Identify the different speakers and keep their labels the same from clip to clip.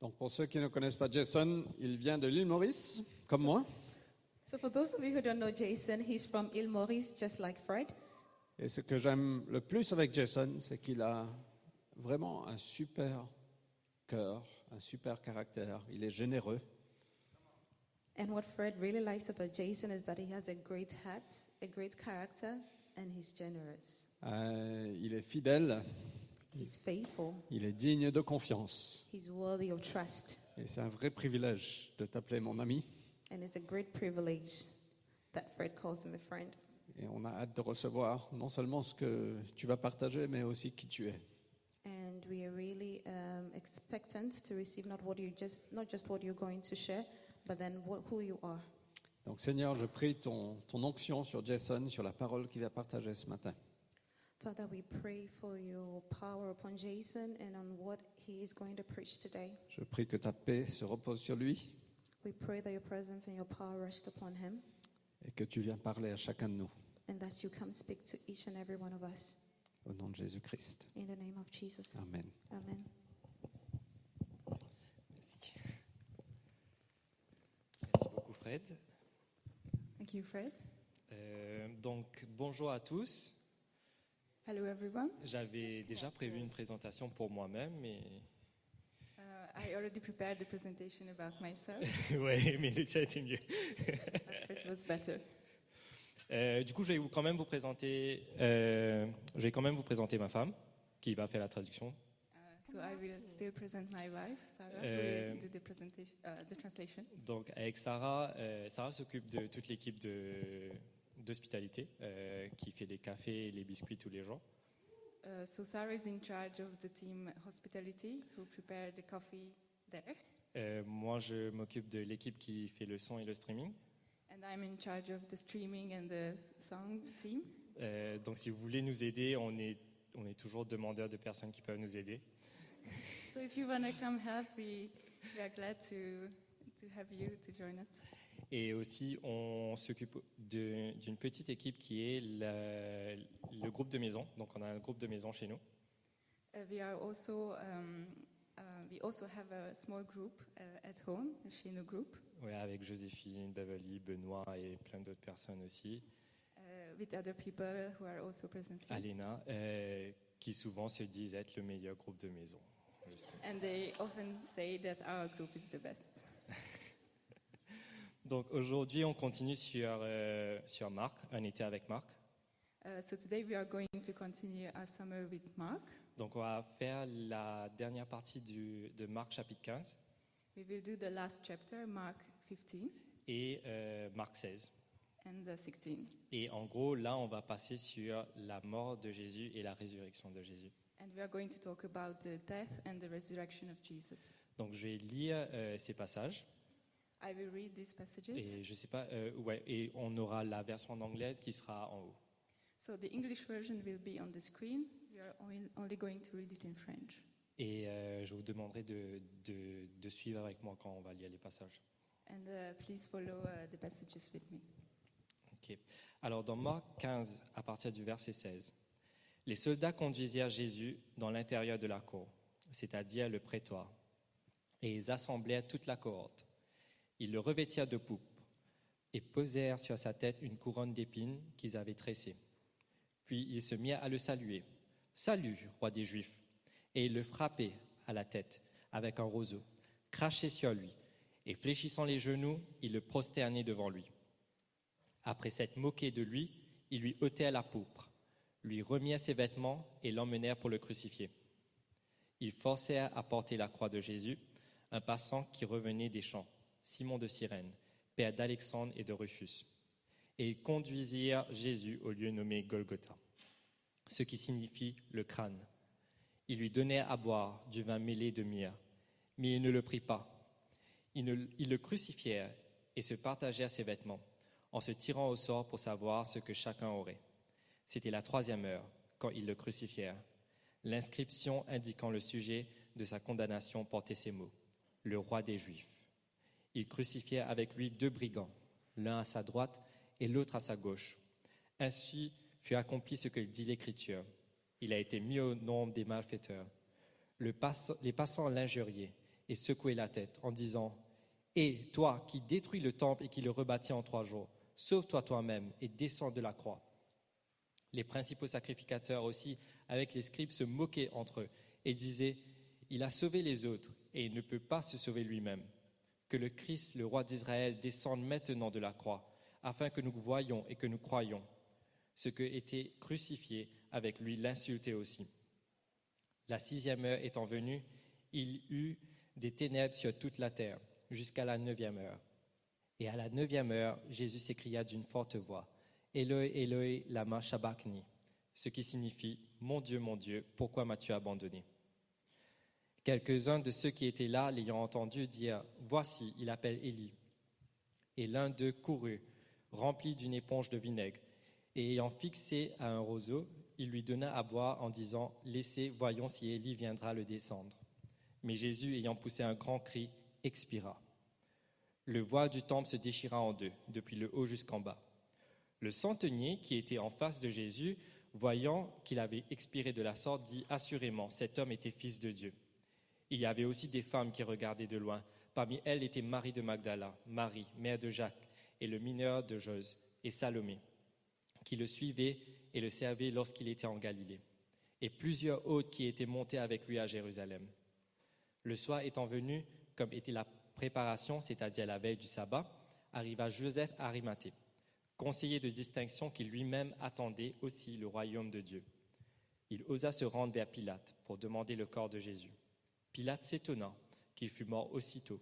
Speaker 1: Donc, pour ceux qui ne connaissent pas Jason, il vient de l'île Maurice, comme moi.
Speaker 2: So, for those of you who don't know Jason, he's from Ile Maurice, just like Fred.
Speaker 1: Et ce que j'aime le plus avec Jason, c'est qu'il a vraiment un super cœur, un super caractère. Il est généreux.
Speaker 2: And what Fred really likes about Jason is that he has a great heart, a great character, and he's generous.
Speaker 1: Euh, il est fidèle.
Speaker 2: He's faithful.
Speaker 1: Il est digne de confiance.
Speaker 2: He's worthy of trust.
Speaker 1: Et c'est un vrai privilège de t'appeler mon ami.
Speaker 2: And it's a great privilege that Fred calls him a friend.
Speaker 1: Et on a hâte de recevoir non seulement ce que tu vas partager, mais aussi qui tu es.
Speaker 2: And we are really um, expectant to receive not what you just, not just what you're going to share, but then what, who you are.
Speaker 1: Donc Seigneur, je prie ton, ton onction sur Jason, sur la parole qu'il va partager ce matin.
Speaker 2: Father, we pray for your power upon Jason and on what he is going to preach today.
Speaker 1: Je prie que ta paix se repose sur lui
Speaker 2: We pray that your presence and your power rest upon him
Speaker 1: et que tu viens parler à chacun de nous.
Speaker 2: and that you come speak to each and every one of us.
Speaker 1: Au nom de Jésus-Christ.
Speaker 2: In the name of Jesus.
Speaker 1: Amen.
Speaker 2: Amen.
Speaker 3: Merci. Merci beaucoup Fred.
Speaker 4: Thank you, Fred.
Speaker 3: Euh, donc bonjour à tous.
Speaker 4: Hello, everyone.
Speaker 3: J'avais déjà prévu une présentation pour moi-même, mais
Speaker 4: Uh, I already prepared the presentation about myself,
Speaker 3: ouais, mais le tien était mieux.
Speaker 4: but Fred's was better.
Speaker 3: Euh, du coup, je vais vous- quand même vous présenter. euh, je vais quand même vous présenter ma femme, qui va faire la traduction.
Speaker 4: Uh, so I will still present my wife, Sarah, who
Speaker 3: Euh,
Speaker 4: will do the presentation, uh, the translation.
Speaker 3: Donc avec Sarah, euh, Sarah s'occupe de toute l'équipe de d'hospitalité euh, qui fait les cafés et les biscuits tous les jours.
Speaker 4: Uh, so Sarah is in charge of the team hospitality, who prepared the coffee there,
Speaker 3: Euh, moi, je m'occupe de l'équipe qui fait le son et le streaming.
Speaker 4: and I'm in charge of the streaming and the song team.
Speaker 3: Euh, donc si vous voulez nous aider, on est, on est toujours demandeur de personnes qui peuvent nous aider.
Speaker 4: So if you wanna come help, we, we are glad to to have you to join us.
Speaker 3: Et aussi, on s'occupe de- d'une petite équipe qui est la- le groupe de maison. Donc on a un groupe de maison chez nous.
Speaker 4: Uh, we are also um, uh, we also have a small group uh, at home, a Shino group,
Speaker 3: Ouais, avec Joséphine, Beverly, Benoît et plein d'autres personnes aussi.
Speaker 4: uh, with other people who are also present here.
Speaker 3: Alena, euh, qui souvent se disent être le meilleur groupe de maison. Juste comme ça.
Speaker 4: And they often say that our group is the best.
Speaker 3: Donc aujourd'hui, on continue sur, euh, sur Marc, un été avec Marc.
Speaker 4: Uh, so today we are going to continue our summer with Mark.
Speaker 3: Donc on va faire la dernière partie du- de Marc chapitre 15
Speaker 4: We will do the last chapter, Mark 15
Speaker 3: et euh, Marc 16.
Speaker 4: and uh, 16.
Speaker 3: Et en gros, là, on va passer sur la mort de Jésus et la résurrection de Jésus.
Speaker 4: And we are going to talk about the death and the resurrection of Jesus.
Speaker 3: Donc je vais lire euh, ces passages.
Speaker 4: I will read these passages.
Speaker 3: Et je sais pas, euh, ouais, et on aura la version en anglaise qui sera en haut.
Speaker 4: So the English version will be on the screen. We are only- only going to read it in French.
Speaker 3: Et euh, je vous demanderai de, de- de suivre avec moi quand on va lire les passages.
Speaker 4: And uh, please follow uh, the passages with me.
Speaker 3: Ok. Alors dans Marc 15, à partir du verset 16, les soldats conduisirent Jésus dans l'intérieur de la cour, c'est-à-dire le prétoire, et ils assemblèrent toute la cohorte. Ils le revêtirent de poupes et posèrent sur sa tête une couronne d'épines qu'ils avaient tressée. Puis ils se mirent à le saluer. Salut, roi des Juifs. Et ils le frappaient à la tête avec un roseau, crachaient sur lui, et fléchissant les genoux, ils le prosternaient devant lui. Après s'être moqué de lui, ils lui ôtèrent la pourpre, lui remirent ses vêtements et l'emmenèrent pour le crucifier. Ils forcèrent à porter la croix de Jésus un passant qui revenait des champs, Simon de Cyrène, père d'Alexandre et de Rufus. Et ils conduisirent Jésus au lieu nommé Golgotha, ce qui signifie le crâne. Ils lui donnèrent à boire du vin mêlé de myrrhe, mais il ne le prit pas. Ils, ne- ils le crucifièrent et se partagèrent ses vêtements, en se tirant au sort pour savoir ce que chacun aurait. C'était la troisième heure, quand ils le crucifièrent. L'inscription indiquant le sujet de sa condamnation portait ces mots Le roi des Juifs. Ils crucifièrent avec lui deux brigands, l'un à sa droite et l'autre à sa gauche. Ainsi fut accompli ce que dit l'Écriture. Il a été mis au nombre des malfaiteurs. Le pass- les passants l'injuriaient et secouer la tête en disant Et toi qui détruis le temple et qui le rebâtis en trois jours, sauve-toi toi-même et descends de la croix. Les principaux sacrificateurs aussi, avec les scribes, se moquaient entre eux et disaient Il a sauvé les autres et il ne peut pas se sauver lui-même. Que le Christ, le roi d'Israël, descende maintenant de la croix, afin que nous voyions et que nous croyions. Ce que était crucifié avec lui l'insultait aussi. La sixième heure étant venue, il eut des ténèbres sur toute la terre jusqu'à la neuvième heure. Et à la neuvième heure, Jésus s'écria d'une forte voix, Eloi, Eloi, lama sabachthani, ce qui signifie, Mon Dieu, mon Dieu, pourquoi m'as-tu abandonné Quelques-uns de ceux qui étaient là l'ayant entendu dire, Voici, il appelle Élie. Et l'un d'eux courut, rempli d'une éponge de vinaigre, et ayant fixé à un roseau, il lui donna à boire en disant, Laissez, voyons si Élie viendra le descendre. Mais Jésus, ayant poussé un grand cri, expira. Le voile du temple se déchira en deux, depuis le haut jusqu'en bas. Le centenier, qui était en face de Jésus, voyant qu'il avait expiré de la sorte, dit Assurément, cet homme était fils de Dieu. Il y avait aussi des femmes qui regardaient de loin. Parmi elles étaient Marie de Magdala, Marie, mère de Jacques, et le mineur de Jose, et Salomé, qui le suivaient et le servaient lorsqu'il était en Galilée, et plusieurs autres qui étaient montés avec lui à Jérusalem. Le soir étant venu, comme était la préparation, c'est-à-dire la veille du sabbat, arriva Joseph à Arimathée, conseiller de distinction qui lui-même attendait aussi le royaume de Dieu. Il osa se rendre vers Pilate pour demander le corps de Jésus. Pilate s'étonna qu'il fût mort aussitôt,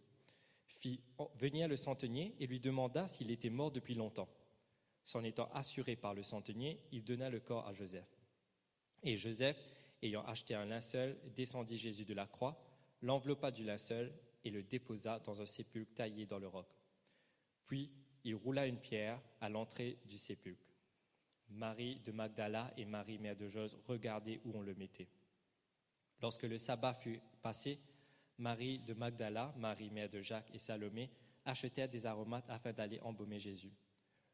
Speaker 3: fit venir le centenier et lui demanda s'il était mort depuis longtemps. S'en étant assuré par le centenier, il donna le corps à Joseph. Et Joseph, ayant acheté un linceul, descendit Jésus de la croix, l'enveloppa du linceul et le déposa dans un sépulcre taillé dans le roc. Puis il roula une pierre à l'entrée du sépulcre. Marie de Magdala et Marie mère de Jose regardaient où on le mettait. Lorsque le sabbat fut passé, Marie de Magdala, Marie mère de Jacques et Salomé achetèrent des aromates afin d'aller embaumer Jésus.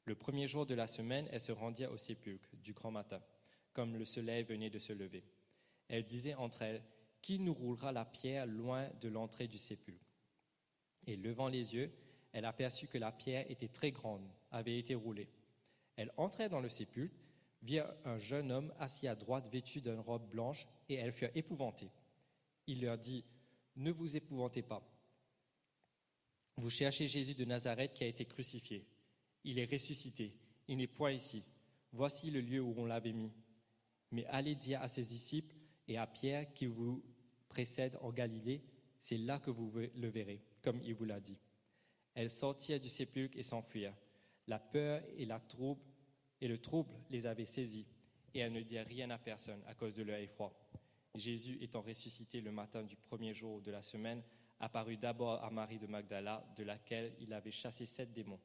Speaker 3: Le premier jour de la semaine, elles se rendirent au sépulcre du grand matin, comme le soleil venait de se lever. Elles disaient entre elles qui nous roulera la pierre loin de l'entrée du sépulcre Et levant les yeux, elle aperçut que la pierre était très grande, avait été roulée. Elle entrait dans le sépulcre, vit un jeune homme assis à droite vêtu d'une robe blanche, et elles furent épouvantées. Il leur dit, Ne vous épouvantez pas. Vous cherchez Jésus de Nazareth qui a été crucifié. Il est ressuscité, il n'est point ici. Voici le lieu où on l'avait mis. Mais allez dire à ses disciples et à Pierre qui vous précède en Galilée, c'est là que vous le verrez, comme il vous l'a dit. Elles sortirent du sépulcre et s'enfuirent. La peur et, la trouble, et le trouble les avaient saisies, et elles ne dirent rien à personne à cause de leur effroi. Jésus, étant ressuscité le matin du premier jour de la semaine, apparut d'abord à Marie de Magdala, de laquelle il avait chassé sept démons.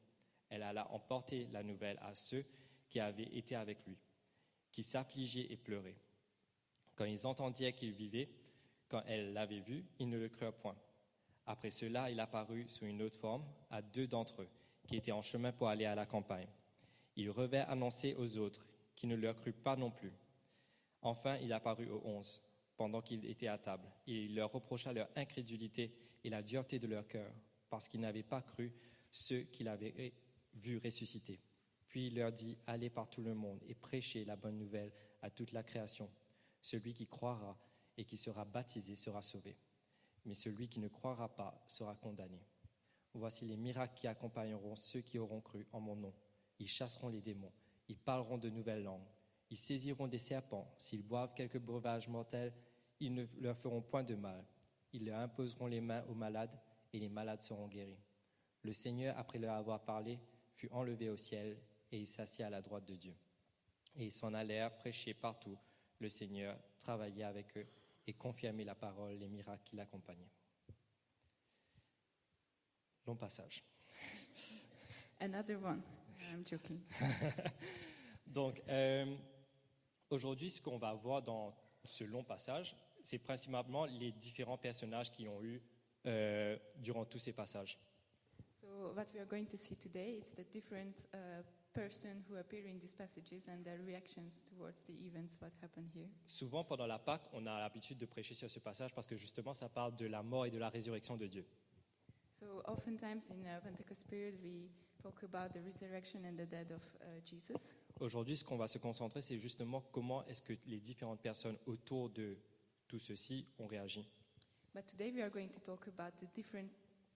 Speaker 3: Elle alla emporter la nouvelle à ceux qui avaient été avec lui, qui s'affligeaient et pleuraient. Quand ils entendirent qu'il vivait, quand elles l'avaient vu, ils ne le crurent point. Après cela, il apparut sous une autre forme à deux d'entre eux, qui étaient en chemin pour aller à la campagne. Il revint annoncer aux autres, qui ne leur crurent pas non plus. Enfin, il apparut aux onze, pendant qu'ils étaient à table, et il leur reprocha leur incrédulité et la dureté de leur cœur, parce qu'ils n'avaient pas cru ceux qu'il avait vus ressusciter. Puis il leur dit, Allez par tout le monde et prêchez la bonne nouvelle à toute la création. Celui qui croira et qui sera baptisé sera sauvé, mais celui qui ne croira pas sera condamné. Voici les miracles qui accompagneront ceux qui auront cru en mon nom. Ils chasseront les démons, ils parleront de nouvelles langues, ils saisiront des serpents, s'ils boivent quelques breuvages mortels, ils ne leur feront point de mal. Ils leur imposeront les mains aux malades, et les malades seront guéris. Le Seigneur, après leur avoir parlé, fut enlevé au ciel, et il s'assit à la droite de Dieu. Et ils s'en allèrent prêcher partout le Seigneur travaillait avec eux et confirmait la parole, les miracles qui l'accompagnaient. Long passage.
Speaker 4: Another one. I'm joking.
Speaker 3: Donc, euh, aujourd'hui, ce qu'on va voir dans ce long passage, c'est principalement les différents personnages qui ont eu euh, durant tous ces passages.
Speaker 4: So what we are going to see today is the different uh, person who appear in these passages and their reactions towards the events what happened here.
Speaker 3: Souvent, pendant la Pâque, on a l'habitude de prêcher sur ce passage parce que justement, ça parle de la mort et de la résurrection de Dieu.
Speaker 4: So oftentimes in uh, Pentecost period we talk about the resurrection and the death of uh, Jesus.
Speaker 3: Aujourd'hui, ce qu'on va se concentrer, c'est justement comment est-ce que les différentes personnes autour de tout ceci ont réagi.
Speaker 4: But today we are going to talk about the different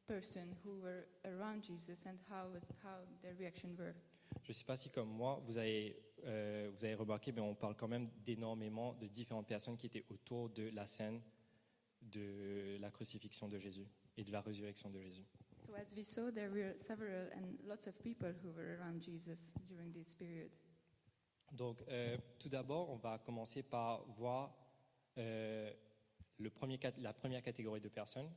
Speaker 4: person who were around Jesus and how was, how their reaction were.
Speaker 3: Je ne sais pas si, comme moi, vous avez, euh, vous avez remarqué, mais on parle quand même d'énormément de différentes personnes qui étaient autour de la scène de la crucifixion de Jésus et de la résurrection de Jésus.
Speaker 4: So as we saw there were several and lots of people who were around Jesus during this period.
Speaker 3: Donc, euh, tout d'abord, on va commencer par voir euh, le premier cat- la première catégorie de personnes.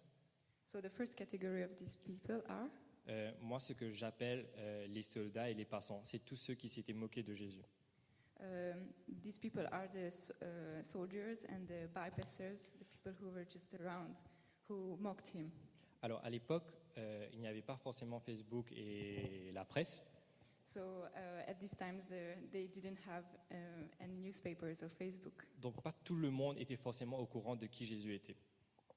Speaker 4: So the first category of these people are
Speaker 3: Euh, moi, ce que j'appelle euh, les soldats et les passants, c'est tous ceux qui s'étaient moqués de Jésus.
Speaker 4: um, these people are the s- uh, soldiers and the bypassers, the people who were just around, who mocked him.
Speaker 3: Alors, à l'époque, euh, il n'y avait pas forcément Facebook et la presse.
Speaker 4: So uh, at these times uh, they didn't have uh, any newspapers or Facebook.
Speaker 3: Donc, pas tout le monde était forcément au courant de qui Jésus était.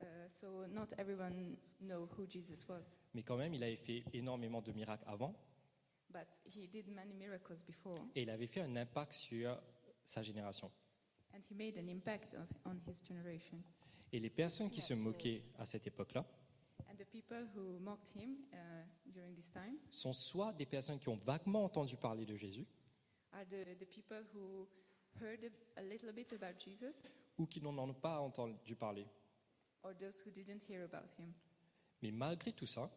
Speaker 4: Uh, so not everyone know who Jesus was,
Speaker 3: Mais quand même, il avait fait énormément de miracles avant
Speaker 4: but he did many miracles before,
Speaker 3: et il avait fait un impact sur sa génération.
Speaker 4: and he made an impact on, on his generation.
Speaker 3: Et les personnes qui se moquaient à cette époque-là
Speaker 4: And the people who mocked him uh, during these times
Speaker 3: sont soit des personnes qui ont vaguement entendu parler de Jésus
Speaker 4: are the, the people who heard a, a little bit about Jesus
Speaker 3: ou qui n'en ont pas entendu parler.
Speaker 4: or those who didn't hear about him.
Speaker 3: Mais malgré tout ça,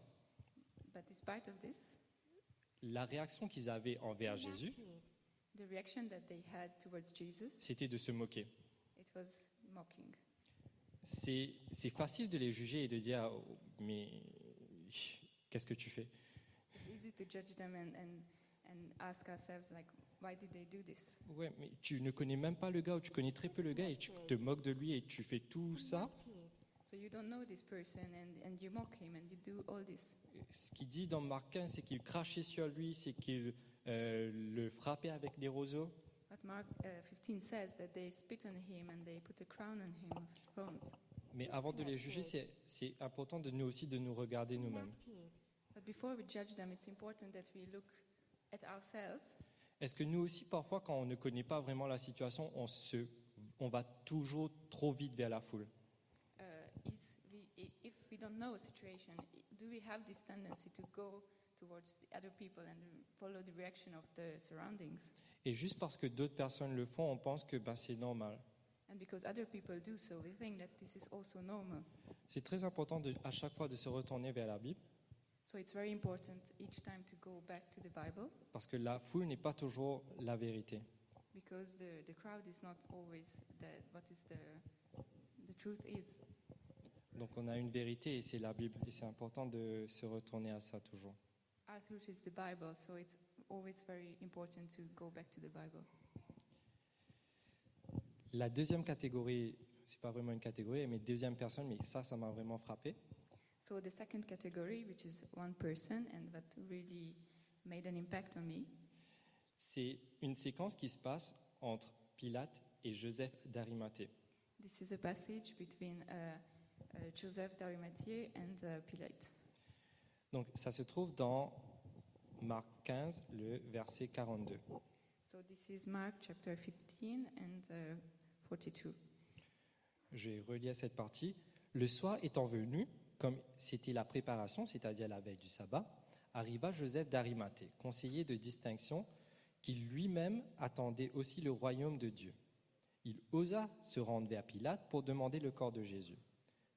Speaker 4: But despite of this,
Speaker 3: la réaction qu'ils avaient envers Jésus,
Speaker 4: the reaction that they had towards Jesus,
Speaker 3: c'était de se moquer.
Speaker 4: it was mocking.
Speaker 3: C'est c'est facile de les juger et de dire Oh, Mais qu'est-ce que tu fais
Speaker 4: It's easy to judge them and, and, and ask ourselves, like, why did they do this?
Speaker 3: Ouais, mais tu ne connais même pas le gars ou tu connais très peu le gars et tu te moques de lui et tu fais tout ça.
Speaker 4: So you don't know this person and, and you mock him and you do all this.
Speaker 3: Ce qu'il dit dans Marc 15, c'est qu'il crachait sur lui, c'est qu'il euh, le frappait avec des roseaux.
Speaker 4: But Mark uh, 15 says that they spit on him and they put a crown on him of thorns.
Speaker 3: Mais avant de les juger, c'est- c'est important de nous aussi de nous regarder nous-mêmes.
Speaker 4: But before we judge them, it's important that we look at ourselves.
Speaker 3: Est-ce que nous aussi, parfois, quand on ne connaît pas vraiment la situation, on, se, on va toujours trop vite vers la foule
Speaker 4: Uh, is we, i- if we don't know a situation, i- do we have this tendency to go towards the other people and follow the reaction of the surroundings?
Speaker 3: Et juste parce que d'autres personnes le font, on pense que ben, c'est normal.
Speaker 4: And because other people do so, we think that this is also normal.
Speaker 3: C'est très important de, à chaque fois de se retourner vers la Bible,
Speaker 4: So it's very important each time to go back to the Bible
Speaker 3: parce que la foule n'est pas toujours la vérité.
Speaker 4: because the, the crowd is not always the, what is the, the truth is.
Speaker 3: Donc on a une vérité et c'est la Bible. Et c'est important de se retourner à ça toujours.
Speaker 4: Our truth is the Bible, so it's always very important to go back to the Bible.
Speaker 3: La deuxième catégorie, c'est pas vraiment une catégorie, mais deuxième personne, mais ça, ça m'a vraiment frappé.
Speaker 4: So the second category, which is one person, and that really made an impact on me,
Speaker 3: C'est une séquence qui se passe entre Pilate et Joseph d'Arimathée.
Speaker 4: this is a passage between uh, uh, Joseph d'Arimathée and uh, Pilate.
Speaker 3: Donc ça se trouve dans Marc 15, le verset 42.
Speaker 4: So this is Mark chapter 15 and uh, 42.
Speaker 3: Je vais relire cette partie. Le soir étant venu, comme c'était la préparation, c'est-à-dire la veille du sabbat, arriva Joseph d'Arimathée, conseiller de distinction, qui lui-même attendait aussi le royaume de Dieu. Il osa se rendre vers Pilate pour demander le corps de Jésus.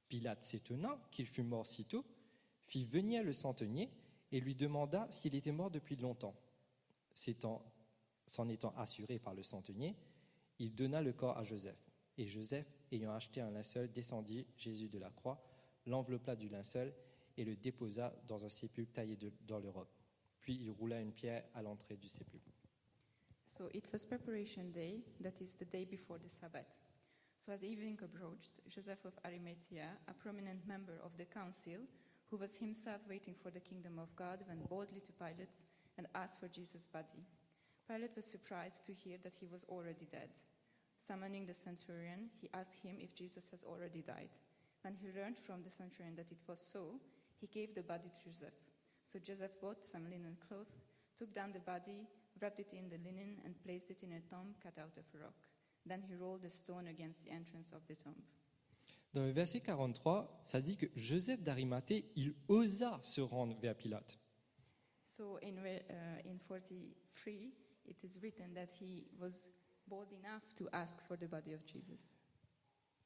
Speaker 3: Pilate, s'étonnant qu'il fût mort sitôt, fit venir le centenier et lui demanda s'il était mort depuis longtemps. S'étant- S'en étant assuré par le centenier, il donna le corps à Joseph. Et Joseph, ayant acheté un linceul, descendit Jésus de la croix, l'enveloppa du linceul et le déposa dans un sépulcre taillé de- dans le roc. Puis il roula une pierre à l'entrée du sépulcre.
Speaker 4: So it was preparation day, that is the day before the Sabbath. So as evening approached, Joseph of Arimathea, a prominent member of the council, who was himself waiting for the kingdom of God, went boldly to Pilate and asked for Jesus' body. Pilate was surprised to hear that he was already dead. Summoning the centurion, he asked him if Jesus has already died. When he learned from the centurion that it was so, he gave the body to Joseph. So Joseph bought some linen cloth, took down the body, wrapped it in the linen, and placed it in a tomb cut out of a rock. Then he rolled a stone against the entrance of the tomb.
Speaker 3: Dans le verset 43, ça dit que Joseph d'Arimathée, il osa se rendre vers Pilate.
Speaker 4: So in, re- uh, in 43, it is written that he was bold enough to ask for the body of Jesus.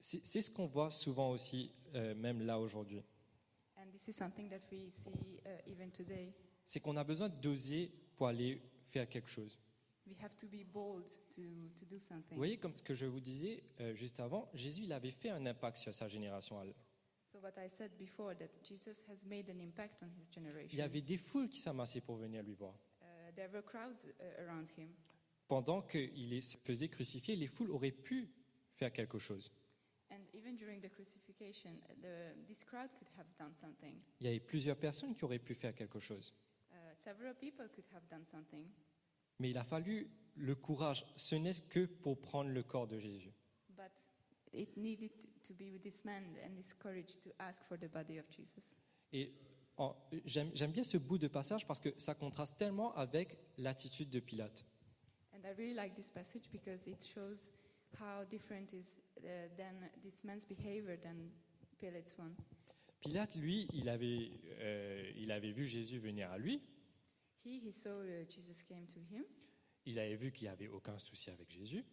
Speaker 3: C'est c'est ce qu'on voit souvent aussi, euh, même là aujourd'hui.
Speaker 4: And this is something that we see uh, even today.
Speaker 3: C'est qu'on a besoin d'oser pour aller faire quelque chose.
Speaker 4: We have to be bold to, to do something.
Speaker 3: Vous voyez, comme ce que je vous disais euh, juste avant, Jésus il avait fait un impact sur sa génération. à l-
Speaker 4: So what I said before, that Jesus has made an impact on his
Speaker 3: Il
Speaker 4: generation.
Speaker 3: y avait des foules qui s'amassaient pour venir lui voir.
Speaker 4: Uh, there were crowds uh, around him.
Speaker 3: Pendant qu'il est- se faisait crucifier, les foules auraient pu faire quelque chose.
Speaker 4: And even during the crucifixion, uh, the, this crowd could have done something.
Speaker 3: Il y avait plusieurs personnes qui auraient pu faire quelque chose.
Speaker 4: Uh, several people could have done something.
Speaker 3: Mais il a fallu le courage. Ce n'est que pour prendre le corps de Jésus.
Speaker 4: But it needed to be with this man and this courage to ask for the body of Jesus.
Speaker 3: Et en- j'aime j'aime bien ce bout de passage parce que ça contraste tellement avec l'attitude de Pilate.
Speaker 4: And I really like this passage because it shows how different is uh, than this man's behavior than Pilate's one.
Speaker 3: Pilate, lui, il avait, euh, il avait vu Jésus venir à lui.
Speaker 4: He, he saw uh, Jesus came to him.
Speaker 3: Il avait vu qu'il n'y avait aucun souci avec Jésus.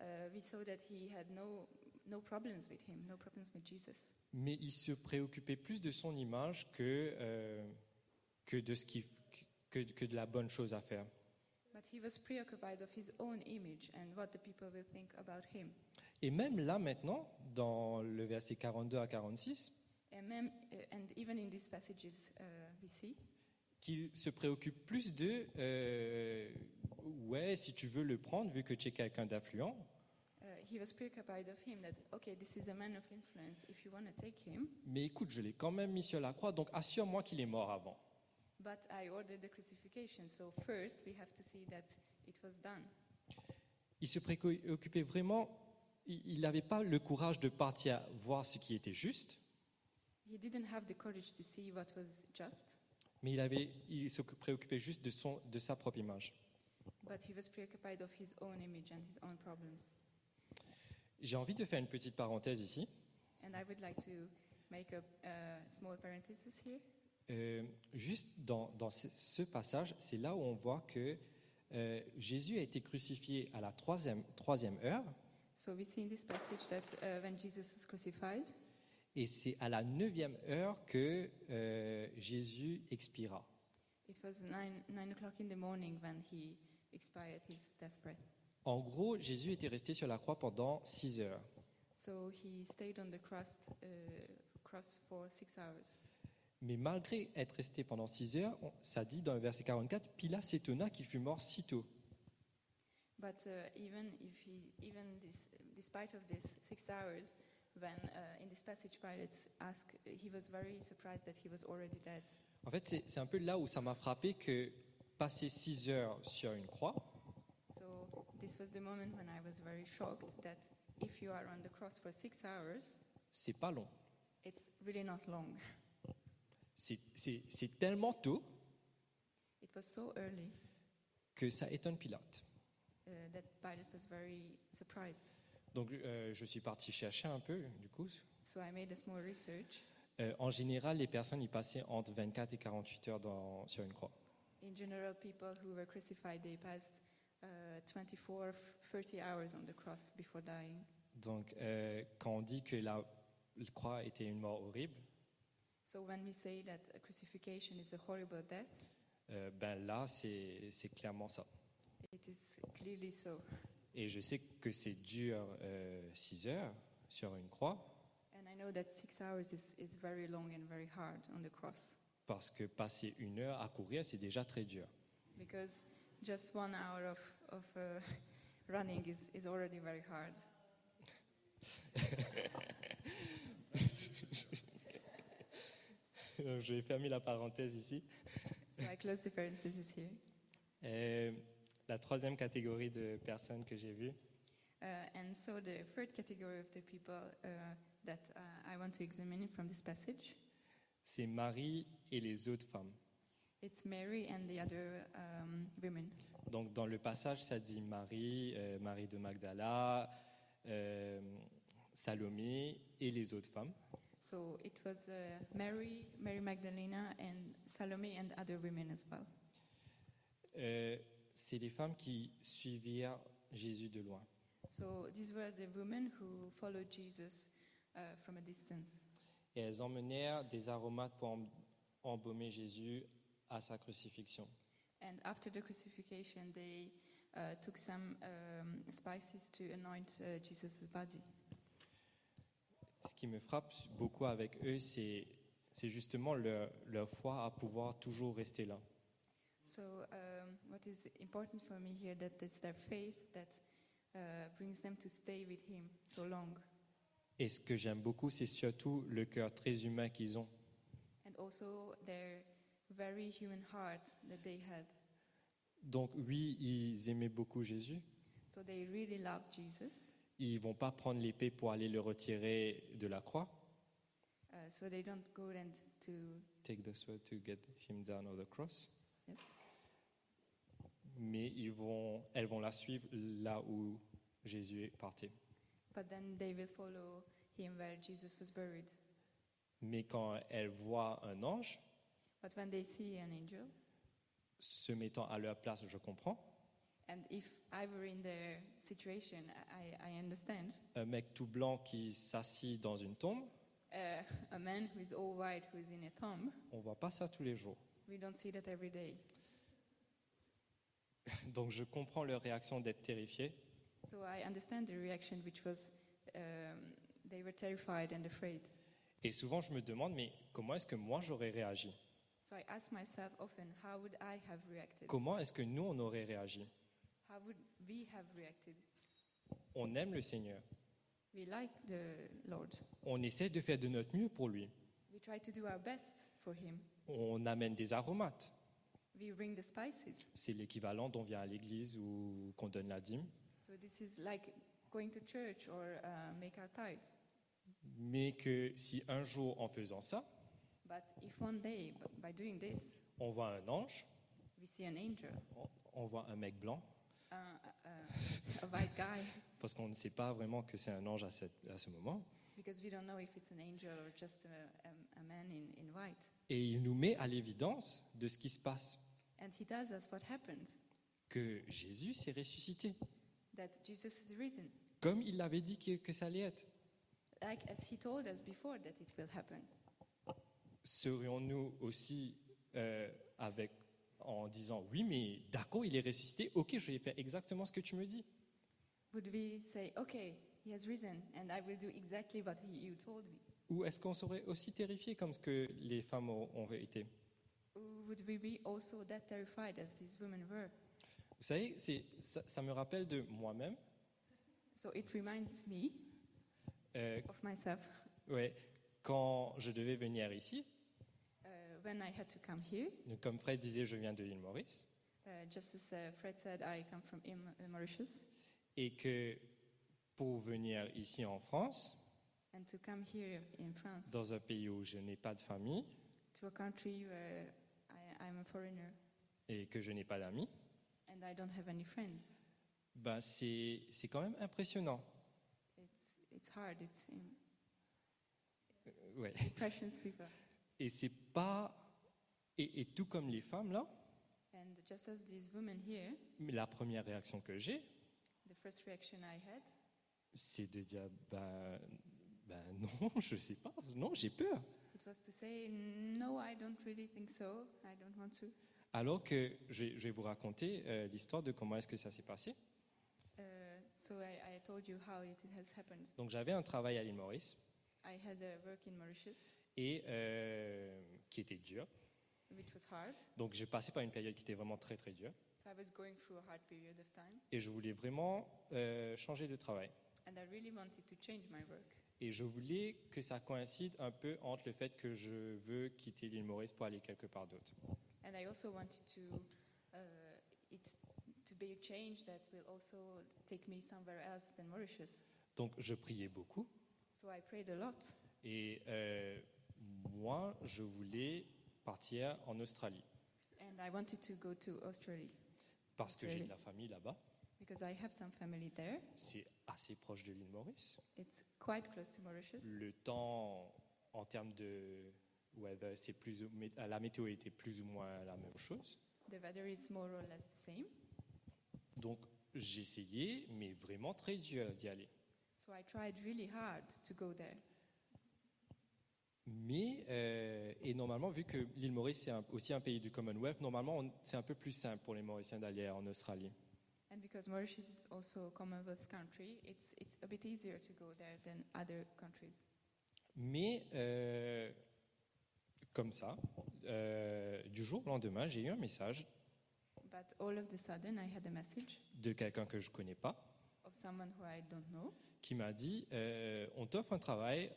Speaker 4: Uh, we saw that he had no no problems with him, no problems with Jesus.
Speaker 3: Mais il se préoccupait plus de son image que, euh, que, de, ce qui, que, que de la bonne chose à faire.
Speaker 4: But he was preoccupied of his own image and what the people will think about him.
Speaker 3: Et même là, maintenant, dans le verset 42 à 46,
Speaker 4: And, mem- uh, and even in these passages, uh, we see
Speaker 3: qu'il se préoccupe plus de euh, ouais, si tu veux le prendre, vu que tu es quelqu'un d'affluent,
Speaker 4: uh, he was preoccupied of him that okay, this is a man of influence. If you want to take him,
Speaker 3: mais écoute, je l'ai quand même mis sur la croix, donc assure-moi qu'il est mort avant.
Speaker 4: but I ordered the crucifixion. So first, we have to see that it was done.
Speaker 3: Il se préoccupait vraiment, il il n'avait pas le courage de partir voir ce qui était juste,
Speaker 4: He didn't have the courage to see what was just,
Speaker 3: mais il, avait, il se préoccupait juste de, son, de sa propre image.
Speaker 4: but he was preoccupied of his own image and his own problems.
Speaker 3: J'ai envie de faire une petite parenthèse ici.
Speaker 4: And I would like to make a uh, small parenthesis here.
Speaker 3: Euh, juste dans, dans ce- ce passage, c'est là où on voit que euh, Jésus a été crucifié à la troisième, troisième heure,
Speaker 4: So we see in this passage that uh, when Jesus was crucified,
Speaker 3: et c'est à la neuvième heure que euh, Jésus expira.
Speaker 4: it was nine, nine o'clock in the morning when he expired his death breath.
Speaker 3: En gros, Jésus était resté sur la croix pendant six heures.
Speaker 4: So he stayed on the cross, uh, cross for six hours.
Speaker 3: Mais malgré être resté pendant six heures, on- ça dit dans le verset 44, Pilate s'étonna qu'il fût mort si tôt.
Speaker 4: But uh, even if he, even this, despite of this six hours, when uh, in this passage Pilate asked, he was very surprised that he was already dead.
Speaker 3: En fait, c'est- c'est un peu là où ça m'a frappé que passer six heures sur une croix,
Speaker 4: So this was the moment when I was very shocked that if you are on the cross for six hours,
Speaker 3: c'est pas long.
Speaker 4: it's really not long.
Speaker 3: C'est- C'est c'est tellement tôt
Speaker 4: It was so early
Speaker 3: que ça étonne Pilate.
Speaker 4: uh, that Pilate was very surprised.
Speaker 3: Donc euh, je suis parti chercher un peu, du coup.
Speaker 4: So I made a small research.
Speaker 3: Euh, en général, les personnes y passaient entre 24 et 48 heures dans- sur une croix.
Speaker 4: In general, people who were crucified, they passed uh, 24, 30 hours on the cross before dying.
Speaker 3: Donc euh, quand on dit que la croix était une mort horrible,
Speaker 4: So when we say that a crucifixion is a horrible death,
Speaker 3: euh, ben là, c'est c'est clairement ça.
Speaker 4: it is clearly so.
Speaker 3: Et je sais que c'est dur 6 heures sur une croix,
Speaker 4: And I know that six hours is, is very long and very hard on the cross.
Speaker 3: parce que passer une heure à courir, c'est déjà très dur.
Speaker 4: because just one hour of, of uh, running is, is already very hard.
Speaker 3: Donc, je vais fermer la parenthèse ici.
Speaker 4: So I close the parentheses here.
Speaker 3: Euh, la troisième catégorie de personnes que j'ai vues,
Speaker 4: Uh, and so the third category of the people uh, that uh, I want to examine from this passage,
Speaker 3: c'est Marie et les autres femmes.
Speaker 4: it's Mary and the other um, women.
Speaker 3: Donc dans le passage, ça dit Marie, euh, Marie de Magdala, euh, Salomé et les autres femmes.
Speaker 4: So it was uh, Mary, Mary Magdalena, and Salome and other women as well.
Speaker 3: Euh, c'est les femmes qui suivirent Jésus de loin.
Speaker 4: So these were the women who followed Jesus uh, from a distance.
Speaker 3: Et elles emmenèrent des aromates pour em- embaumer Jésus à sa crucifixion.
Speaker 4: And after the crucifixion, they uh, took some um, spices to anoint uh, Jesus' body.
Speaker 3: Ce qui me frappe beaucoup avec eux, c'est c'est justement leur, leur foi à pouvoir toujours rester là.
Speaker 4: So um, what is important for me here that it's their faith that uh, brings them to stay with Him so long,
Speaker 3: Et ce que j'aime beaucoup, c'est surtout le cœur très humain qu'ils ont.
Speaker 4: and also their very human heart that they had.
Speaker 3: Donc oui, ils aimaient beaucoup Jésus.
Speaker 4: So they really loved Jesus.
Speaker 3: Ils vont pas prendre l'épée pour aller le retirer de la croix.
Speaker 4: Uh, so they don't go and to
Speaker 3: Take the sword to get him down on the cross.
Speaker 4: yes.
Speaker 3: Mais ils vont, elles vont la suivre là où Jésus est parti.
Speaker 4: But then they will follow him where Jesus was buried.
Speaker 3: Mais quand elles voient un ange
Speaker 4: But when they see an angel,
Speaker 3: se mettant à leur place, je comprends.
Speaker 4: and if I were in their situation, I, I understand.
Speaker 3: Un mec tout blanc qui s'assit dans une tombe,
Speaker 4: Uh, a man who is all white, who is in a tomb,
Speaker 3: on voit pas ça tous les jours.
Speaker 4: we don't see that every day.
Speaker 3: Donc je comprends leur réaction d'être terrifiés.
Speaker 4: So I understand the reaction, which was um, they were terrified and afraid.
Speaker 3: Et souvent je me demande, mais comment est-ce que moi j'aurais réagi
Speaker 4: So I ask myself often, how would I have reacted?
Speaker 3: Comment est-ce que nous on aurait réagi
Speaker 4: How would we have reacted?
Speaker 3: On aime le Seigneur.
Speaker 4: We like the Lord.
Speaker 3: On essaie de faire de notre mieux pour lui.
Speaker 4: We try to do our best for Him.
Speaker 3: On amène des aromates.
Speaker 4: We bring the spices.
Speaker 3: C'est l'équivalent d'on vient à l'église ou qu'on donne la dîme.
Speaker 4: So this is like going to church or uh, make our tithes.
Speaker 3: Mais que si un jour en faisant ça,
Speaker 4: But if one day, b- by doing this,
Speaker 3: on voit un ange,
Speaker 4: we see an angel,
Speaker 3: on- on voit un mec blanc,
Speaker 4: uh, uh, a white guy,
Speaker 3: parce qu'on ne sait pas vraiment que c'est un ange à, cette- à ce moment,
Speaker 4: because we don't know if it's an angel or just a, a, a man in, in white.
Speaker 3: et il nous met à l'évidence de ce qui se passe,
Speaker 4: And he tells us what happened,
Speaker 3: que Jésus s'est ressuscité,
Speaker 4: that Jesus has risen,
Speaker 3: comme il l'avait dit que, que ça allait être.
Speaker 4: like as he told us before that it will happen.
Speaker 3: Serions-nous aussi euh, avec en disant oui, mais d'accord, il est ressuscité, ok, je vais faire exactement ce que tu me dis.
Speaker 4: Would we say, okay, he has risen, and I will do exactly what he, you told me?
Speaker 3: Ou est-ce qu'on serait aussi terrifié comme ce que les femmes ont, ont été
Speaker 4: Or Would we be also that terrified as these women were?
Speaker 3: Vous savez, c'est- ça, ça me rappelle de moi-même,
Speaker 4: So it reminds me
Speaker 3: euh,
Speaker 4: of myself
Speaker 3: ouais, quand je devais venir ici,
Speaker 4: uh, when I had to come here.
Speaker 3: donc comme Fred disait, je viens de l'île Maurice,
Speaker 4: Uh, just as uh, Fred said, I come from Im- uh, Mauritius,
Speaker 3: et que pour venir ici en France,
Speaker 4: and to come here in France
Speaker 3: dans un pays où je n'ai pas de famille
Speaker 4: to a country where I, I'm a foreigner
Speaker 3: et que je n'ai pas d'amis,
Speaker 4: and I don't have any friends,
Speaker 3: ben c'est c'est quand même impressionnant.
Speaker 4: it's it's hard. It's im-
Speaker 3: Euh, ouais.
Speaker 4: it impressions people.
Speaker 3: Et c'est pas. Et, et tout comme les femmes, là,
Speaker 4: And just as these women here,
Speaker 3: la première réaction que j'ai,
Speaker 4: the first reaction I had
Speaker 3: c'est de dire ben, ben non, je sais pas, non, j'ai peur.
Speaker 4: it was to say, "No, I don't really think so. I don't want to."
Speaker 3: Alors que je, vais- je vais vous raconter euh, l'histoire de comment est-ce que ça s'est passé.
Speaker 4: Uh, so I, I told you how it has happened.
Speaker 3: Donc j'avais un travail à l'île Maurice
Speaker 4: I had a work in Mauritius,
Speaker 3: et euh, qui était dur.
Speaker 4: which was hard.
Speaker 3: Donc j'ai passé par une période qui était vraiment très très dure
Speaker 4: So I was going through a hard period of time,
Speaker 3: et je voulais vraiment euh, changer de travail.
Speaker 4: and I really wanted to change my work.
Speaker 3: Et je voulais que ça coïncide un peu entre le fait que je veux quitter l'île Maurice pour aller quelque part d'autre.
Speaker 4: And I also wanted to uh, it to be a change that will also take me somewhere else than Mauritius.
Speaker 3: Donc je priais beaucoup
Speaker 4: So I prayed a lot,
Speaker 3: et euh, moi, je voulais partir en Australie
Speaker 4: and I wanted to go to Australia
Speaker 3: parce que j'ai
Speaker 4: Australie.
Speaker 3: de la famille là-bas.
Speaker 4: because I have some family there.
Speaker 3: C'est assez proche de l'île Maurice.
Speaker 4: It's quite close to Mauritius.
Speaker 3: Le temps, en termes de weather, c'est plus ou- mé- la météo était plus ou moins la même chose.
Speaker 4: The weather is more or less the same.
Speaker 3: Donc j'essayais, mais vraiment très dur d'y aller.
Speaker 4: So I tried really hard to go there.
Speaker 3: Mais, euh, et normalement, vu que l'île Maurice est un- aussi un pays du Commonwealth, normalement, on- c'est un peu plus simple pour les Mauriciens d'aller en Australie.
Speaker 4: And because Mauritius is also a Commonwealth country, it's, it's a bit easier to go there than other countries.
Speaker 3: Mais, euh, comme ça, euh, du jour au lendemain, j'ai eu un message
Speaker 4: But all of the sudden, I had a message
Speaker 3: de quelqu'un que je ne connais pas
Speaker 4: of someone who I don't know
Speaker 3: qui m'a dit euh, On t'offre un travail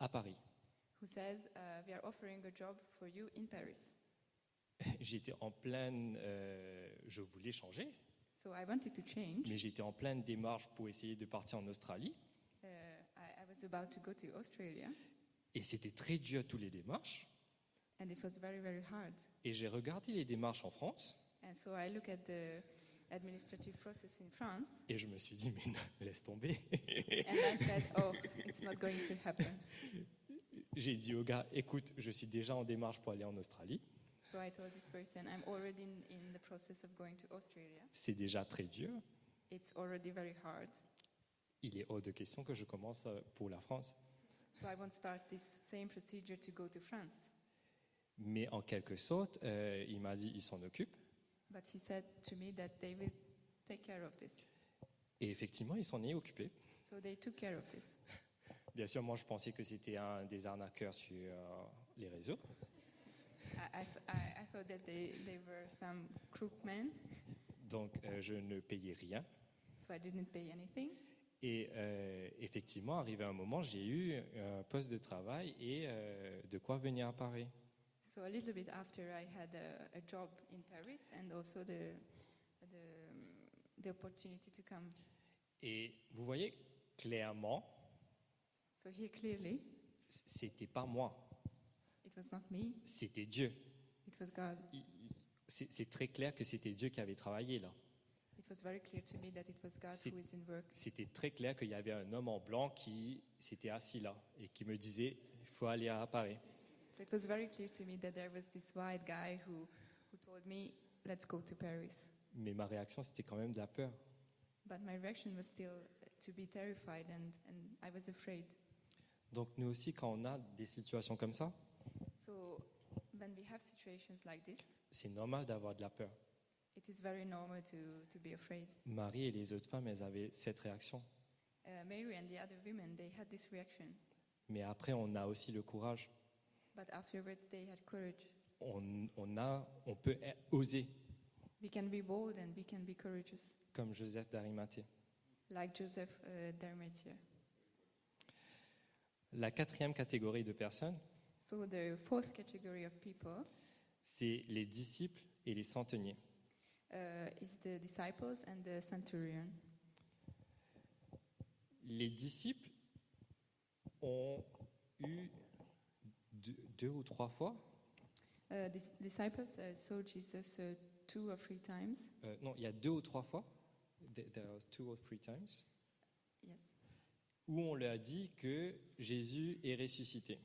Speaker 3: à Paris.
Speaker 4: who says, uh, We are offering a job for you in Paris.
Speaker 3: J'étais en pleine. euh, je voulais changer,
Speaker 4: So I wanted to change.
Speaker 3: mais j'étais en pleine démarche pour essayer de partir en Australie.
Speaker 4: Uh, I, I was about to go to Australia,
Speaker 3: Et c'était très dur, toutes les démarches.
Speaker 4: and it was very, very hard.
Speaker 3: Et j'ai regardé les démarches en France.
Speaker 4: And so I look at the administrative process in France,
Speaker 3: Et je me suis dit, mais non, laisse tomber.
Speaker 4: and I said, Oh, it's not going to happen.
Speaker 3: J'ai dit au gars, écoute, je suis déjà en démarche pour aller en Australie.
Speaker 4: So I told this person, I'm already in, in the process of going to Australia.
Speaker 3: C'est déjà très dur.
Speaker 4: It's already very hard.
Speaker 3: Il est hors de question que je commence euh, pour la France.
Speaker 4: So I won't start this same procedure to go to France.
Speaker 3: Mais en quelque sorte, euh, il m'a dit, il s'en occupe.
Speaker 4: But he said to me that they will take care of this.
Speaker 3: Et effectivement, il s'en est occupé.
Speaker 4: So they took care of this.
Speaker 3: Bien sûr, moi, je pensais que c'était un des arnaqueurs sur euh, les réseaux.
Speaker 4: I, I, th- I, I thought that they, they were some crook men,
Speaker 3: Donc, euh, je ne payais rien.
Speaker 4: so I didn't pay anything.
Speaker 3: Et euh, effectivement, arrivé un moment, j'ai eu euh, un poste de travail et euh, de quoi venir à Paris.
Speaker 4: So a little bit after, I had a, a job in Paris and also the, the, um, the opportunity to come.
Speaker 3: Et vous voyez, clairement,
Speaker 4: So here clearly,
Speaker 3: c- c'était pas moi,
Speaker 4: it was not me,
Speaker 3: c'était Dieu.
Speaker 4: it was God.
Speaker 3: Il- il- C'est c'est très clair que c'était Dieu qui avait travaillé là.
Speaker 4: It was very clear to me that it was God
Speaker 3: C'est-
Speaker 4: who is in work.
Speaker 3: C'était très clair qu'il y avait un homme en blanc qui s'était assis là et qui me disait il faut aller à Paris.
Speaker 4: So it was very clear to me that there was this white guy who, who told me, let's go to Paris.
Speaker 3: Mais ma réaction, c'était quand même de la peur.
Speaker 4: But my reaction was still uh, to be terrified and, and I was afraid.
Speaker 3: Donc nous aussi, quand on a des situations comme ça,
Speaker 4: So when we have situations like this,
Speaker 3: c'est normal d'avoir de la peur.
Speaker 4: it is very normal to, to be afraid.
Speaker 3: Marie et les autres femmes, elles avaient cette réaction.
Speaker 4: Uh, Mary and the other women, they had this reaction,
Speaker 3: Mais après, on a aussi le courage.
Speaker 4: but afterwards they had courage.
Speaker 3: On, on a, on peut eh, oser,
Speaker 4: We can be bold and we can be courageous,
Speaker 3: comme Joseph d'Arimathée.
Speaker 4: like Joseph uh, d'Arimathea.
Speaker 3: La quatrième catégorie de personnes,
Speaker 4: So the fourth category of people
Speaker 3: c'est les disciples et les centeniers.
Speaker 4: uh, is the disciples and the centurion.
Speaker 3: Les disciples ont eu deux, deux ou trois fois,
Speaker 4: Uh, dis- disciples uh, saw Jesus uh, two or three times.
Speaker 3: euh, non, il y a deux ou trois fois, there there are two or three times,
Speaker 4: Yes.
Speaker 3: où on leur a dit que Jésus est ressuscité.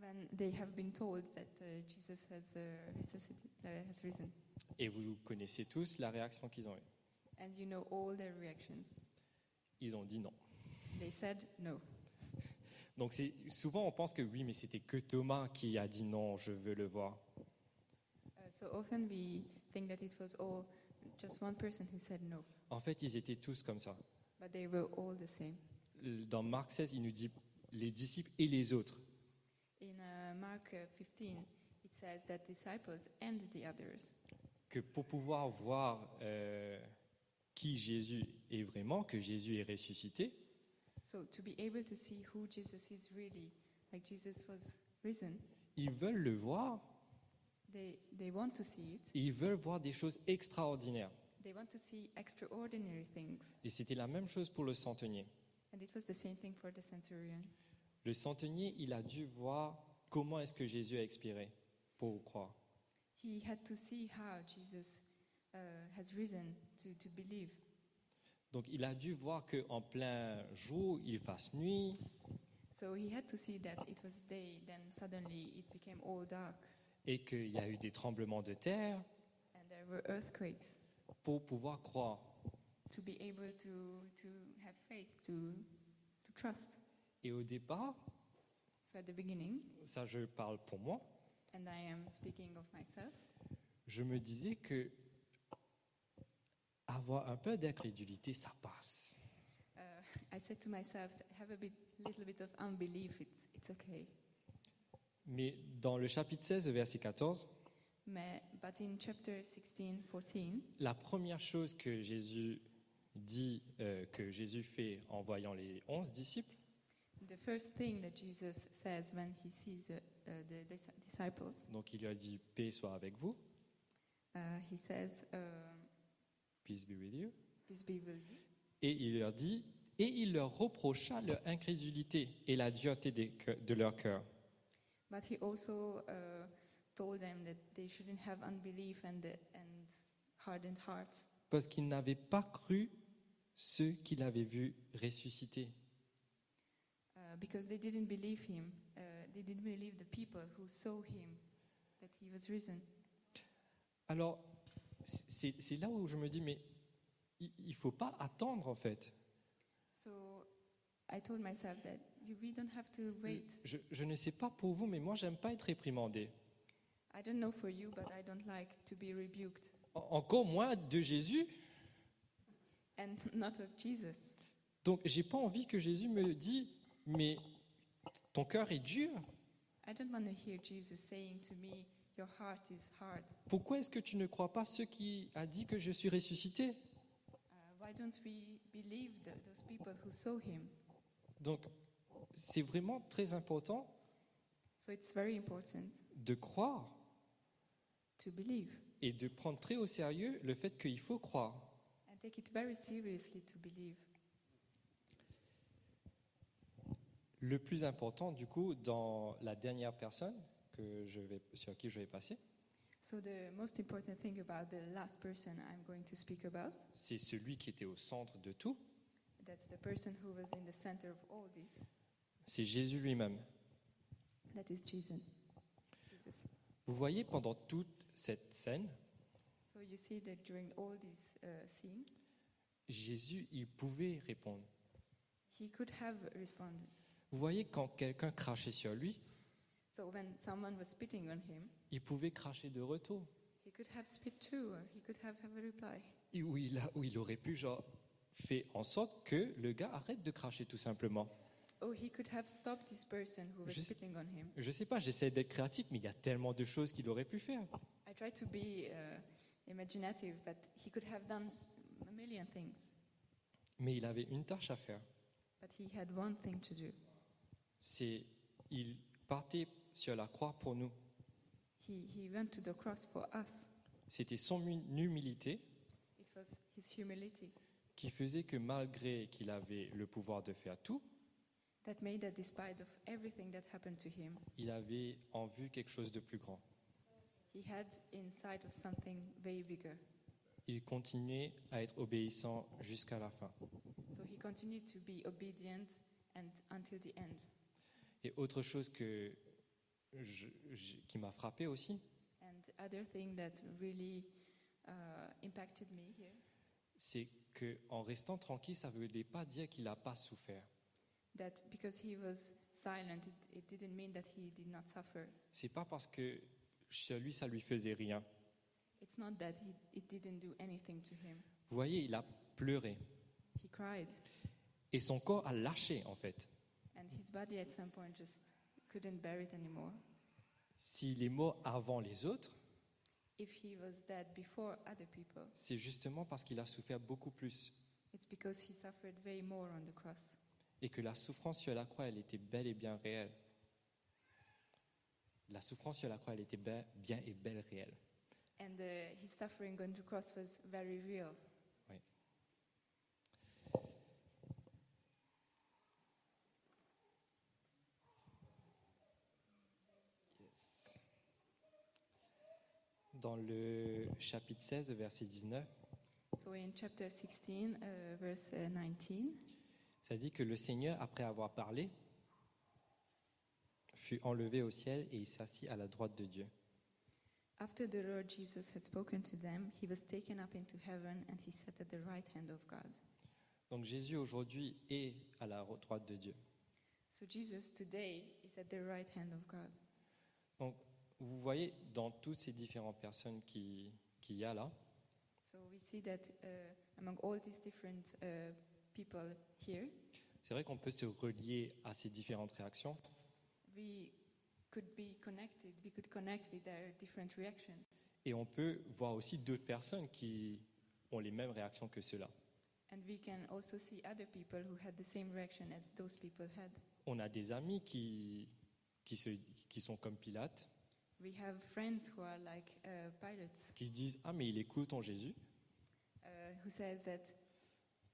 Speaker 4: When they have been told that uh, Jesus has uh, resuscitated, uh, has risen,
Speaker 3: Et vous connaissez tous la réaction qu'ils ont eue.
Speaker 4: and you know all their reactions.
Speaker 3: Ils ont dit non.
Speaker 4: They said no.
Speaker 3: Donc c'est souvent on pense que oui, mais c'était que Thomas qui a dit non, je veux le voir.
Speaker 4: Uh, so often we think that it was all just one person who said no,
Speaker 3: En fait, ils étaient tous comme ça.
Speaker 4: but they were all the same.
Speaker 3: Dans Marc 16, il nous dit les disciples et les autres.
Speaker 4: In uh, Mark uh, 15, it says that disciples and the others.
Speaker 3: Que pour pouvoir voir euh, qui Jésus est vraiment, que Jésus est ressuscité,
Speaker 4: So to be able to see who Jesus is really, like Jesus was risen,
Speaker 3: ils veulent le voir
Speaker 4: They, they want to see it.
Speaker 3: Et ils veulent voir des choses extraordinaires.
Speaker 4: They want to see extraordinary things.
Speaker 3: Et c'était la même chose pour le centenier.
Speaker 4: And it was the same thing for the centurion.
Speaker 3: Le centenier, il a dû voir comment est-ce que Jésus a expiré pour croire.
Speaker 4: He had to see how Jesus uh, has risen to, to believe.
Speaker 3: Donc il a dû voir qu'en plein jour, il fasse nuit,
Speaker 4: So he had to see that it was day, then suddenly it became all dark,
Speaker 3: et qu'il y a eu des tremblements de terre
Speaker 4: and there were earthquakes.
Speaker 3: pour pouvoir croire.
Speaker 4: To be able to, to have faith, to, to trust.
Speaker 3: Et au départ,
Speaker 4: So at the beginning,
Speaker 3: ça je parle pour moi,
Speaker 4: and I am speaking of myself,
Speaker 3: je me disais que avoir un peu d'incrédulité, ça passe.
Speaker 4: uh, I said to myself, have a bit, little bit of unbelief, it's, it's okay.
Speaker 3: Mais dans le chapitre 16, verset 14,
Speaker 4: Mais, but in chapter 16, 14,
Speaker 3: la première chose que Jésus dit, euh, que Jésus fait en voyant les onze disciples,
Speaker 4: the first thing that Jesus says when he sees uh, uh, the dis- disciples,
Speaker 3: donc il lui a dit paix soit avec vous,
Speaker 4: uh, he says, uh,
Speaker 3: peace be with you,
Speaker 4: peace be with you.
Speaker 3: et il leur dit et il leur reprocha leur incrédulité et la dureté des cœurs- de leur cœur.
Speaker 4: But he also uh, told them that they shouldn't have unbelief and, and hardened heart
Speaker 3: parce qu'ils n'avaient pas cru ceux qu'il avait vus ressuscités.
Speaker 4: uh, because they didn't believe him. Uh, they didn't believe the people who saw him, that he was risen.
Speaker 3: Alors, c- c'est c'est là où je me dis, mais i- il ne faut pas attendre en fait.
Speaker 4: So I told myself that you, we don't have to wait.
Speaker 3: Je, je ne sais pas pour vous, mais moi, j'aime pas être réprimandé.
Speaker 4: I don't know for you, but I don't like to be rebuked,
Speaker 3: En- Encore moins de Jésus.
Speaker 4: and not of Jesus.
Speaker 3: Donc, j'ai pas envie que Jésus me dise, mais ton cœur est dur.
Speaker 4: I don't want to hear Jesus saying to me, "Your heart is hard."
Speaker 3: Pourquoi est-ce que tu ne crois pas ce qui a dit que je suis ressuscité
Speaker 4: Uh, why don't we believe the, those people who saw him?
Speaker 3: Donc, c'est vraiment très important
Speaker 4: So it's very important
Speaker 3: de croire
Speaker 4: to believe.
Speaker 3: et de prendre très au sérieux le fait qu'il faut croire.
Speaker 4: and take it very seriously to believe.
Speaker 3: Le plus important, du coup, dans la dernière personne que je vais, sur qui je vais passer,
Speaker 4: So, the most important thing about the last person I'm going to speak about,
Speaker 3: c'est celui qui était au centre de tout,
Speaker 4: that's the person who was in the center of all this,
Speaker 3: c'est Jésus lui-même.
Speaker 4: that is Jesus. Jesus.
Speaker 3: Vous voyez, pendant toute cette scène,
Speaker 4: So, you see that during all this uh, scene,
Speaker 3: Jésus, il pouvait répondre.
Speaker 4: he could have responded.
Speaker 3: Vous voyez, quand quelqu'un crachait sur lui,
Speaker 4: So, when someone was spitting on him,
Speaker 3: il pouvait cracher de retour.
Speaker 4: he could have spit too, or he could have, have a reply.
Speaker 3: Et Où il, a- où il aurait pu, genre, faire en sorte que le gars arrête de cracher, tout simplement.
Speaker 4: Or he could have stopped this person who was
Speaker 3: Je sais-
Speaker 4: spitting on him.
Speaker 3: Je sais pas, j'essaie d'être créatif, mais il y a tellement de choses qu'il aurait pu faire.
Speaker 4: I tried to be uh, imaginative, but he could have done a million things.
Speaker 3: Mais il avait une tâche à faire.
Speaker 4: But he had one thing to do.
Speaker 3: c'est il partait sur la croix pour nous.
Speaker 4: He, he went to the cross for us.
Speaker 3: C'était son hum- humilité
Speaker 4: It was his humility
Speaker 3: qui faisait que malgré qu'il avait le pouvoir de faire tout,
Speaker 4: that made that despite of everything that happened to him,
Speaker 3: il avait en vue quelque chose de plus grand.
Speaker 4: he had insight of something way bigger.
Speaker 3: Il continuait à être obéissant jusqu'à la fin.
Speaker 4: So he continued to be obedient and until the end.
Speaker 3: Et autre chose que je- je- qui m'a frappé aussi,
Speaker 4: And other thing that really uh, impacted me here
Speaker 3: c'est que en restant tranquille, ça ne voulait pas dire qu'il n'a pas souffert.
Speaker 4: that because he was silent, it, it didn't mean that he did not suffer.
Speaker 3: C'est pas parce que sur lui ça lui faisait rien.
Speaker 4: It's not that he, it didn't do anything to him.
Speaker 3: Vous voyez, il a pleuré
Speaker 4: He cried,
Speaker 3: et son corps a lâché en fait.
Speaker 4: and his body at some point just couldn't bear it anymore.
Speaker 3: S'il est mort avant les autres,
Speaker 4: if he was dead before other people,
Speaker 3: c'est justement parce qu'il a souffert beaucoup plus
Speaker 4: it's because he suffered way more on the cross.
Speaker 3: et que la souffrance sur la croix, elle était belle et bien réelle. La souffrance sur la croix, elle était be- bien et belle réelle.
Speaker 4: And uh, his suffering on the cross was very real.
Speaker 3: Yes. Dans le chapitre 16, verset 19,
Speaker 4: So in chapter 16, uh, verse uh, 19,
Speaker 3: ça dit que le Seigneur, après avoir parlé, fut enlevé au ciel et il s'assit à la droite de Dieu.
Speaker 4: after the Lord Jesus had spoken to them, he was taken up into heaven and he sat at the right hand of God.
Speaker 3: Donc Jésus aujourd'hui est à la ro- droite de Dieu.
Speaker 4: So Jesus today is at the right hand of God.
Speaker 3: Vous voyez dans toutes ces différentes personnes qui- qu'il y a là,
Speaker 4: So we see that uh, among all these different uh, people here,
Speaker 3: c'est vrai qu'on peut se relier à ces différentes réactions,
Speaker 4: we could be connected, we could connect with their different reactions.
Speaker 3: et on peut voir aussi d'autres personnes qui ont les mêmes réactions que ceux-là.
Speaker 4: And we can also see other people who had the same reaction as those people had.
Speaker 3: On a des amis qui, qui, se- qui sont comme Pilate,
Speaker 4: We have friends who are like uh, pilots
Speaker 3: qui disent Ah, mais il est cool ton Jésus,
Speaker 4: uh, who says that,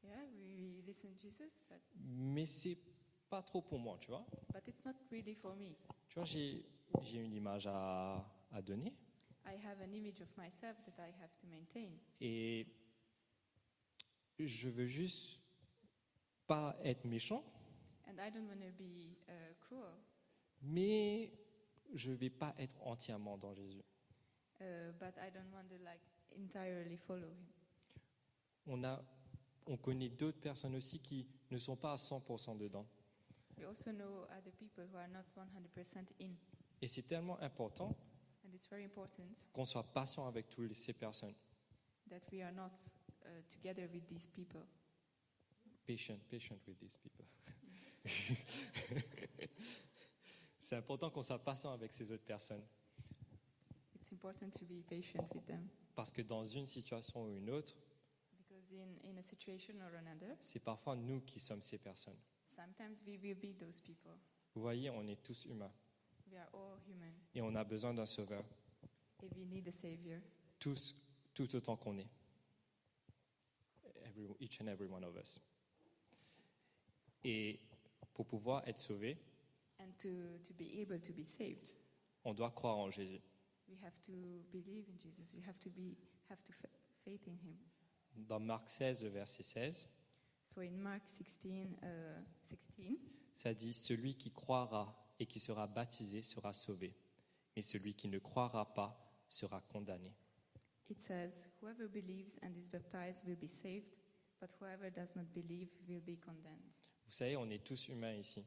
Speaker 4: yeah, we listen to Jesus, but,
Speaker 3: mais c'est pas trop pour moi, tu vois.
Speaker 4: but it's not really for me.
Speaker 3: Tu vois, j'ai j'ai une image à, à donner,
Speaker 4: I have an image of myself that I have to maintain.
Speaker 3: et je veux juste pas être méchant,
Speaker 4: And I don't want to be uh, cruel,
Speaker 3: mais je vais pas être entièrement dans Jésus.
Speaker 4: uh, but I don't want to like entirely follow him.
Speaker 3: On, a, on connaît d'autres personnes aussi qui ne sont pas à 100% dedans.
Speaker 4: We also know other people who are not 100% in,
Speaker 3: Et c'est tellement important
Speaker 4: and it's very important
Speaker 3: qu'on soit patient avec toutes ces personnes.
Speaker 4: that we are not uh, together with these people.
Speaker 3: Patient, patient with these people. c'est important qu'on soit patient avec ces autres personnes.
Speaker 4: It's important to be patient with them
Speaker 3: Parce que dans une situation ou une autre,
Speaker 4: because in, in a situation or another,
Speaker 3: c'est parfois nous qui sommes ces personnes.
Speaker 4: sometimes we will be those people.
Speaker 3: Vous voyez, on est tous humains
Speaker 4: We are all human
Speaker 3: et on a besoin d'un sauveur,
Speaker 4: and we need a savior,
Speaker 3: tous, tout autant qu'on est. Every- each and every one of us. Et pour pouvoir être sauvé,
Speaker 4: and to, to be able to be saved,
Speaker 3: on doit croire en Jésus.
Speaker 4: we have to believe in Jesus. We have to be have to fa- faith in him.
Speaker 3: Dans Marc 16, le verset 16,
Speaker 4: So in Mark 16, uh, 16,
Speaker 3: ça dit Celui qui croira et qui sera baptisé sera sauvé, mais celui qui ne croira pas sera condamné.
Speaker 4: It says, Whoever believes and is baptized will be saved, but whoever does not believe will be condemned.
Speaker 3: Vous savez, on est tous humains ici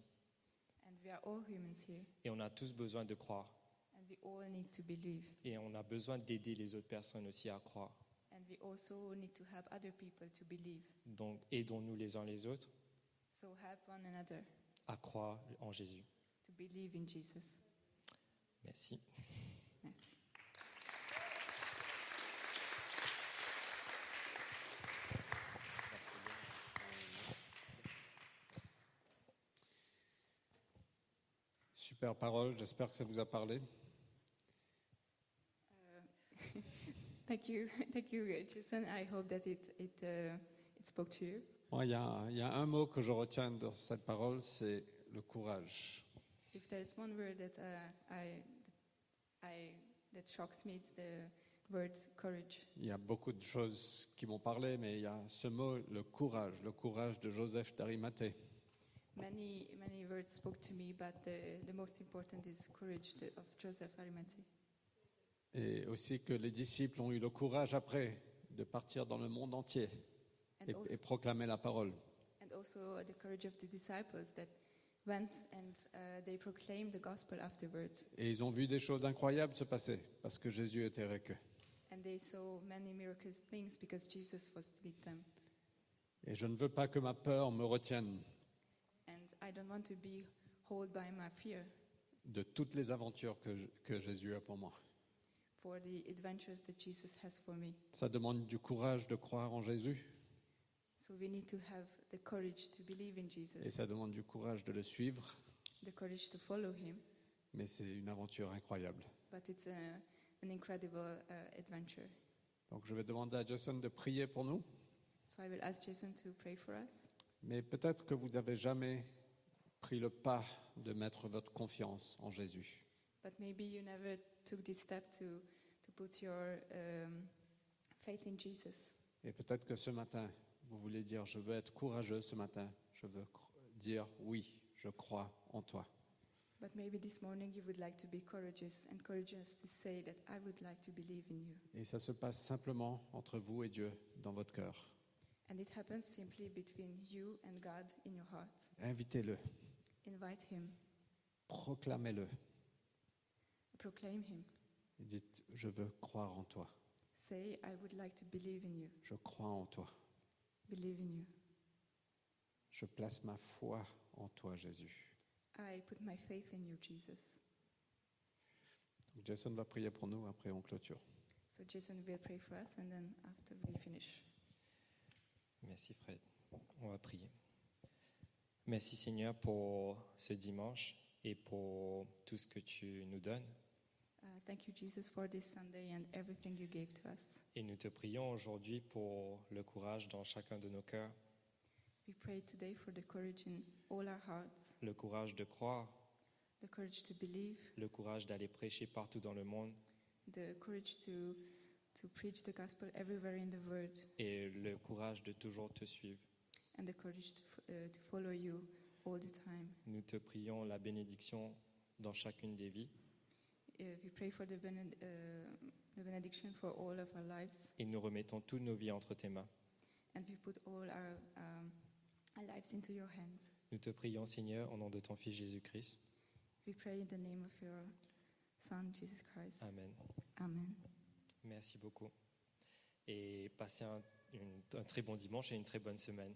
Speaker 4: And we are all humans here,
Speaker 3: et on a tous besoin de croire
Speaker 4: and we all need to believe.
Speaker 3: et on a besoin d'aider les autres personnes aussi à croire.
Speaker 4: And we also need to help other people to believe.
Speaker 3: Donc aidons-nous les uns les autres
Speaker 4: So help one another
Speaker 3: à croire en Jésus.
Speaker 4: to believe in Jesus.
Speaker 3: Merci.
Speaker 4: Merci.
Speaker 1: Super parole, j'espère que ça vous a parlé.
Speaker 4: Uh, thank you, thank you, uh, Jason. I hope that it it uh, it spoke to you.
Speaker 1: Moi, il y, a- il y a un mot que je retiens de cette parole, c'est le courage.
Speaker 4: If there is one word that uh, I I that shocks me, it's the word courage.
Speaker 1: Il y a beaucoup de choses qui m'ont parlé, mais il y a ce mot, le courage, le courage de Joseph d'Arimathée.
Speaker 4: Many, many words spoke to me, but the, the most important is courage the, of Joseph Arimathea.
Speaker 1: Et aussi que les disciples ont eu le courage après de partir dans le monde entier
Speaker 4: And,
Speaker 1: et,
Speaker 4: also,
Speaker 1: et proclamer la parole.
Speaker 4: and also the courage of the disciples that went and uh, they proclaimed the gospel afterwards.
Speaker 1: Et ils ont vu des choses incroyables se passer parce que Jésus était avec eux.
Speaker 4: And they saw many miraculous things because Jesus was with them.
Speaker 1: Et je ne veux pas que ma peur me retienne
Speaker 4: And I don't want to be held by my fear
Speaker 1: de toutes les aventures que, je- que Jésus a pour moi.
Speaker 4: for the adventures that Jesus has for me.
Speaker 1: Ça demande du courage de croire en Jésus
Speaker 4: So we need to have the courage to believe in
Speaker 1: et
Speaker 4: Jesus,
Speaker 1: ça demande du courage de le suivre
Speaker 4: the courage to follow him,
Speaker 1: mais c'est une aventure incroyable.
Speaker 4: but it's a, an incredible uh, adventure.
Speaker 1: Donc je vais demander à Jason de prier pour nous,
Speaker 4: So I will ask Jason to pray for us.
Speaker 1: mais peut-être que vous n'avez jamais pris le pas de mettre votre confiance en Jésus.
Speaker 4: But maybe you never took this step to, to put your um, faith in Jesus.
Speaker 1: Et peut-être que ce matin, vous voulez dire, je veux être courageux ce matin, je veux cro- dire, oui, je crois en toi.
Speaker 4: But maybe this morning you would like to be courageous and courageous to say that I would like to believe in you.
Speaker 1: Et ça se passe simplement entre vous et Dieu dans votre cœur.
Speaker 4: And it happens simply between you and God in your heart.
Speaker 1: Invitez-le,
Speaker 4: Invite Him,
Speaker 1: proclamez-le,
Speaker 4: proclaim Him.
Speaker 1: et dites, je veux croire en toi,
Speaker 4: Say, I would like to believe in you,
Speaker 1: je crois en toi,
Speaker 4: believe in you.
Speaker 1: je place ma foi en toi, Jésus.
Speaker 4: I put my faith in you, Jesus.
Speaker 1: Donc Jason va prier pour nous, après on clôture.
Speaker 4: So Jason will pray for us, and then after we finish.
Speaker 3: Merci Fred. On va prier. Merci Seigneur pour ce dimanche et pour tout ce que tu nous donnes.
Speaker 4: Uh, thank you, Jesus, for this Sunday and everything you gave to us.
Speaker 3: Et nous te prions aujourd'hui pour le courage dans chacun de nos cœurs,
Speaker 4: We pray today for the courage in all our hearts,
Speaker 3: le courage de croire,
Speaker 4: the courage to believe,
Speaker 3: le courage d'aller prêcher partout dans le monde
Speaker 4: the courage to to preach the gospel everywhere in the world,
Speaker 3: et le courage de toujours te suivre.
Speaker 4: and the courage to, f- uh, to follow you all the time.
Speaker 3: Nous te prions la bénédiction dans chacune des vies
Speaker 4: Uh, we pray for the, bened- uh, the benediction for all of our lives,
Speaker 3: et nous remettons toutes nos vies entre tes mains.
Speaker 4: and we put all our, um, our lives into your hands.
Speaker 3: Nous te prions Seigneur au nom de ton Fils Jésus-Christ.
Speaker 4: We pray in the name of your Son, Jesus Christ.
Speaker 3: Amen.
Speaker 4: Amen.
Speaker 3: Merci beaucoup. Et passez un, une- un très bon dimanche et une très bonne semaine.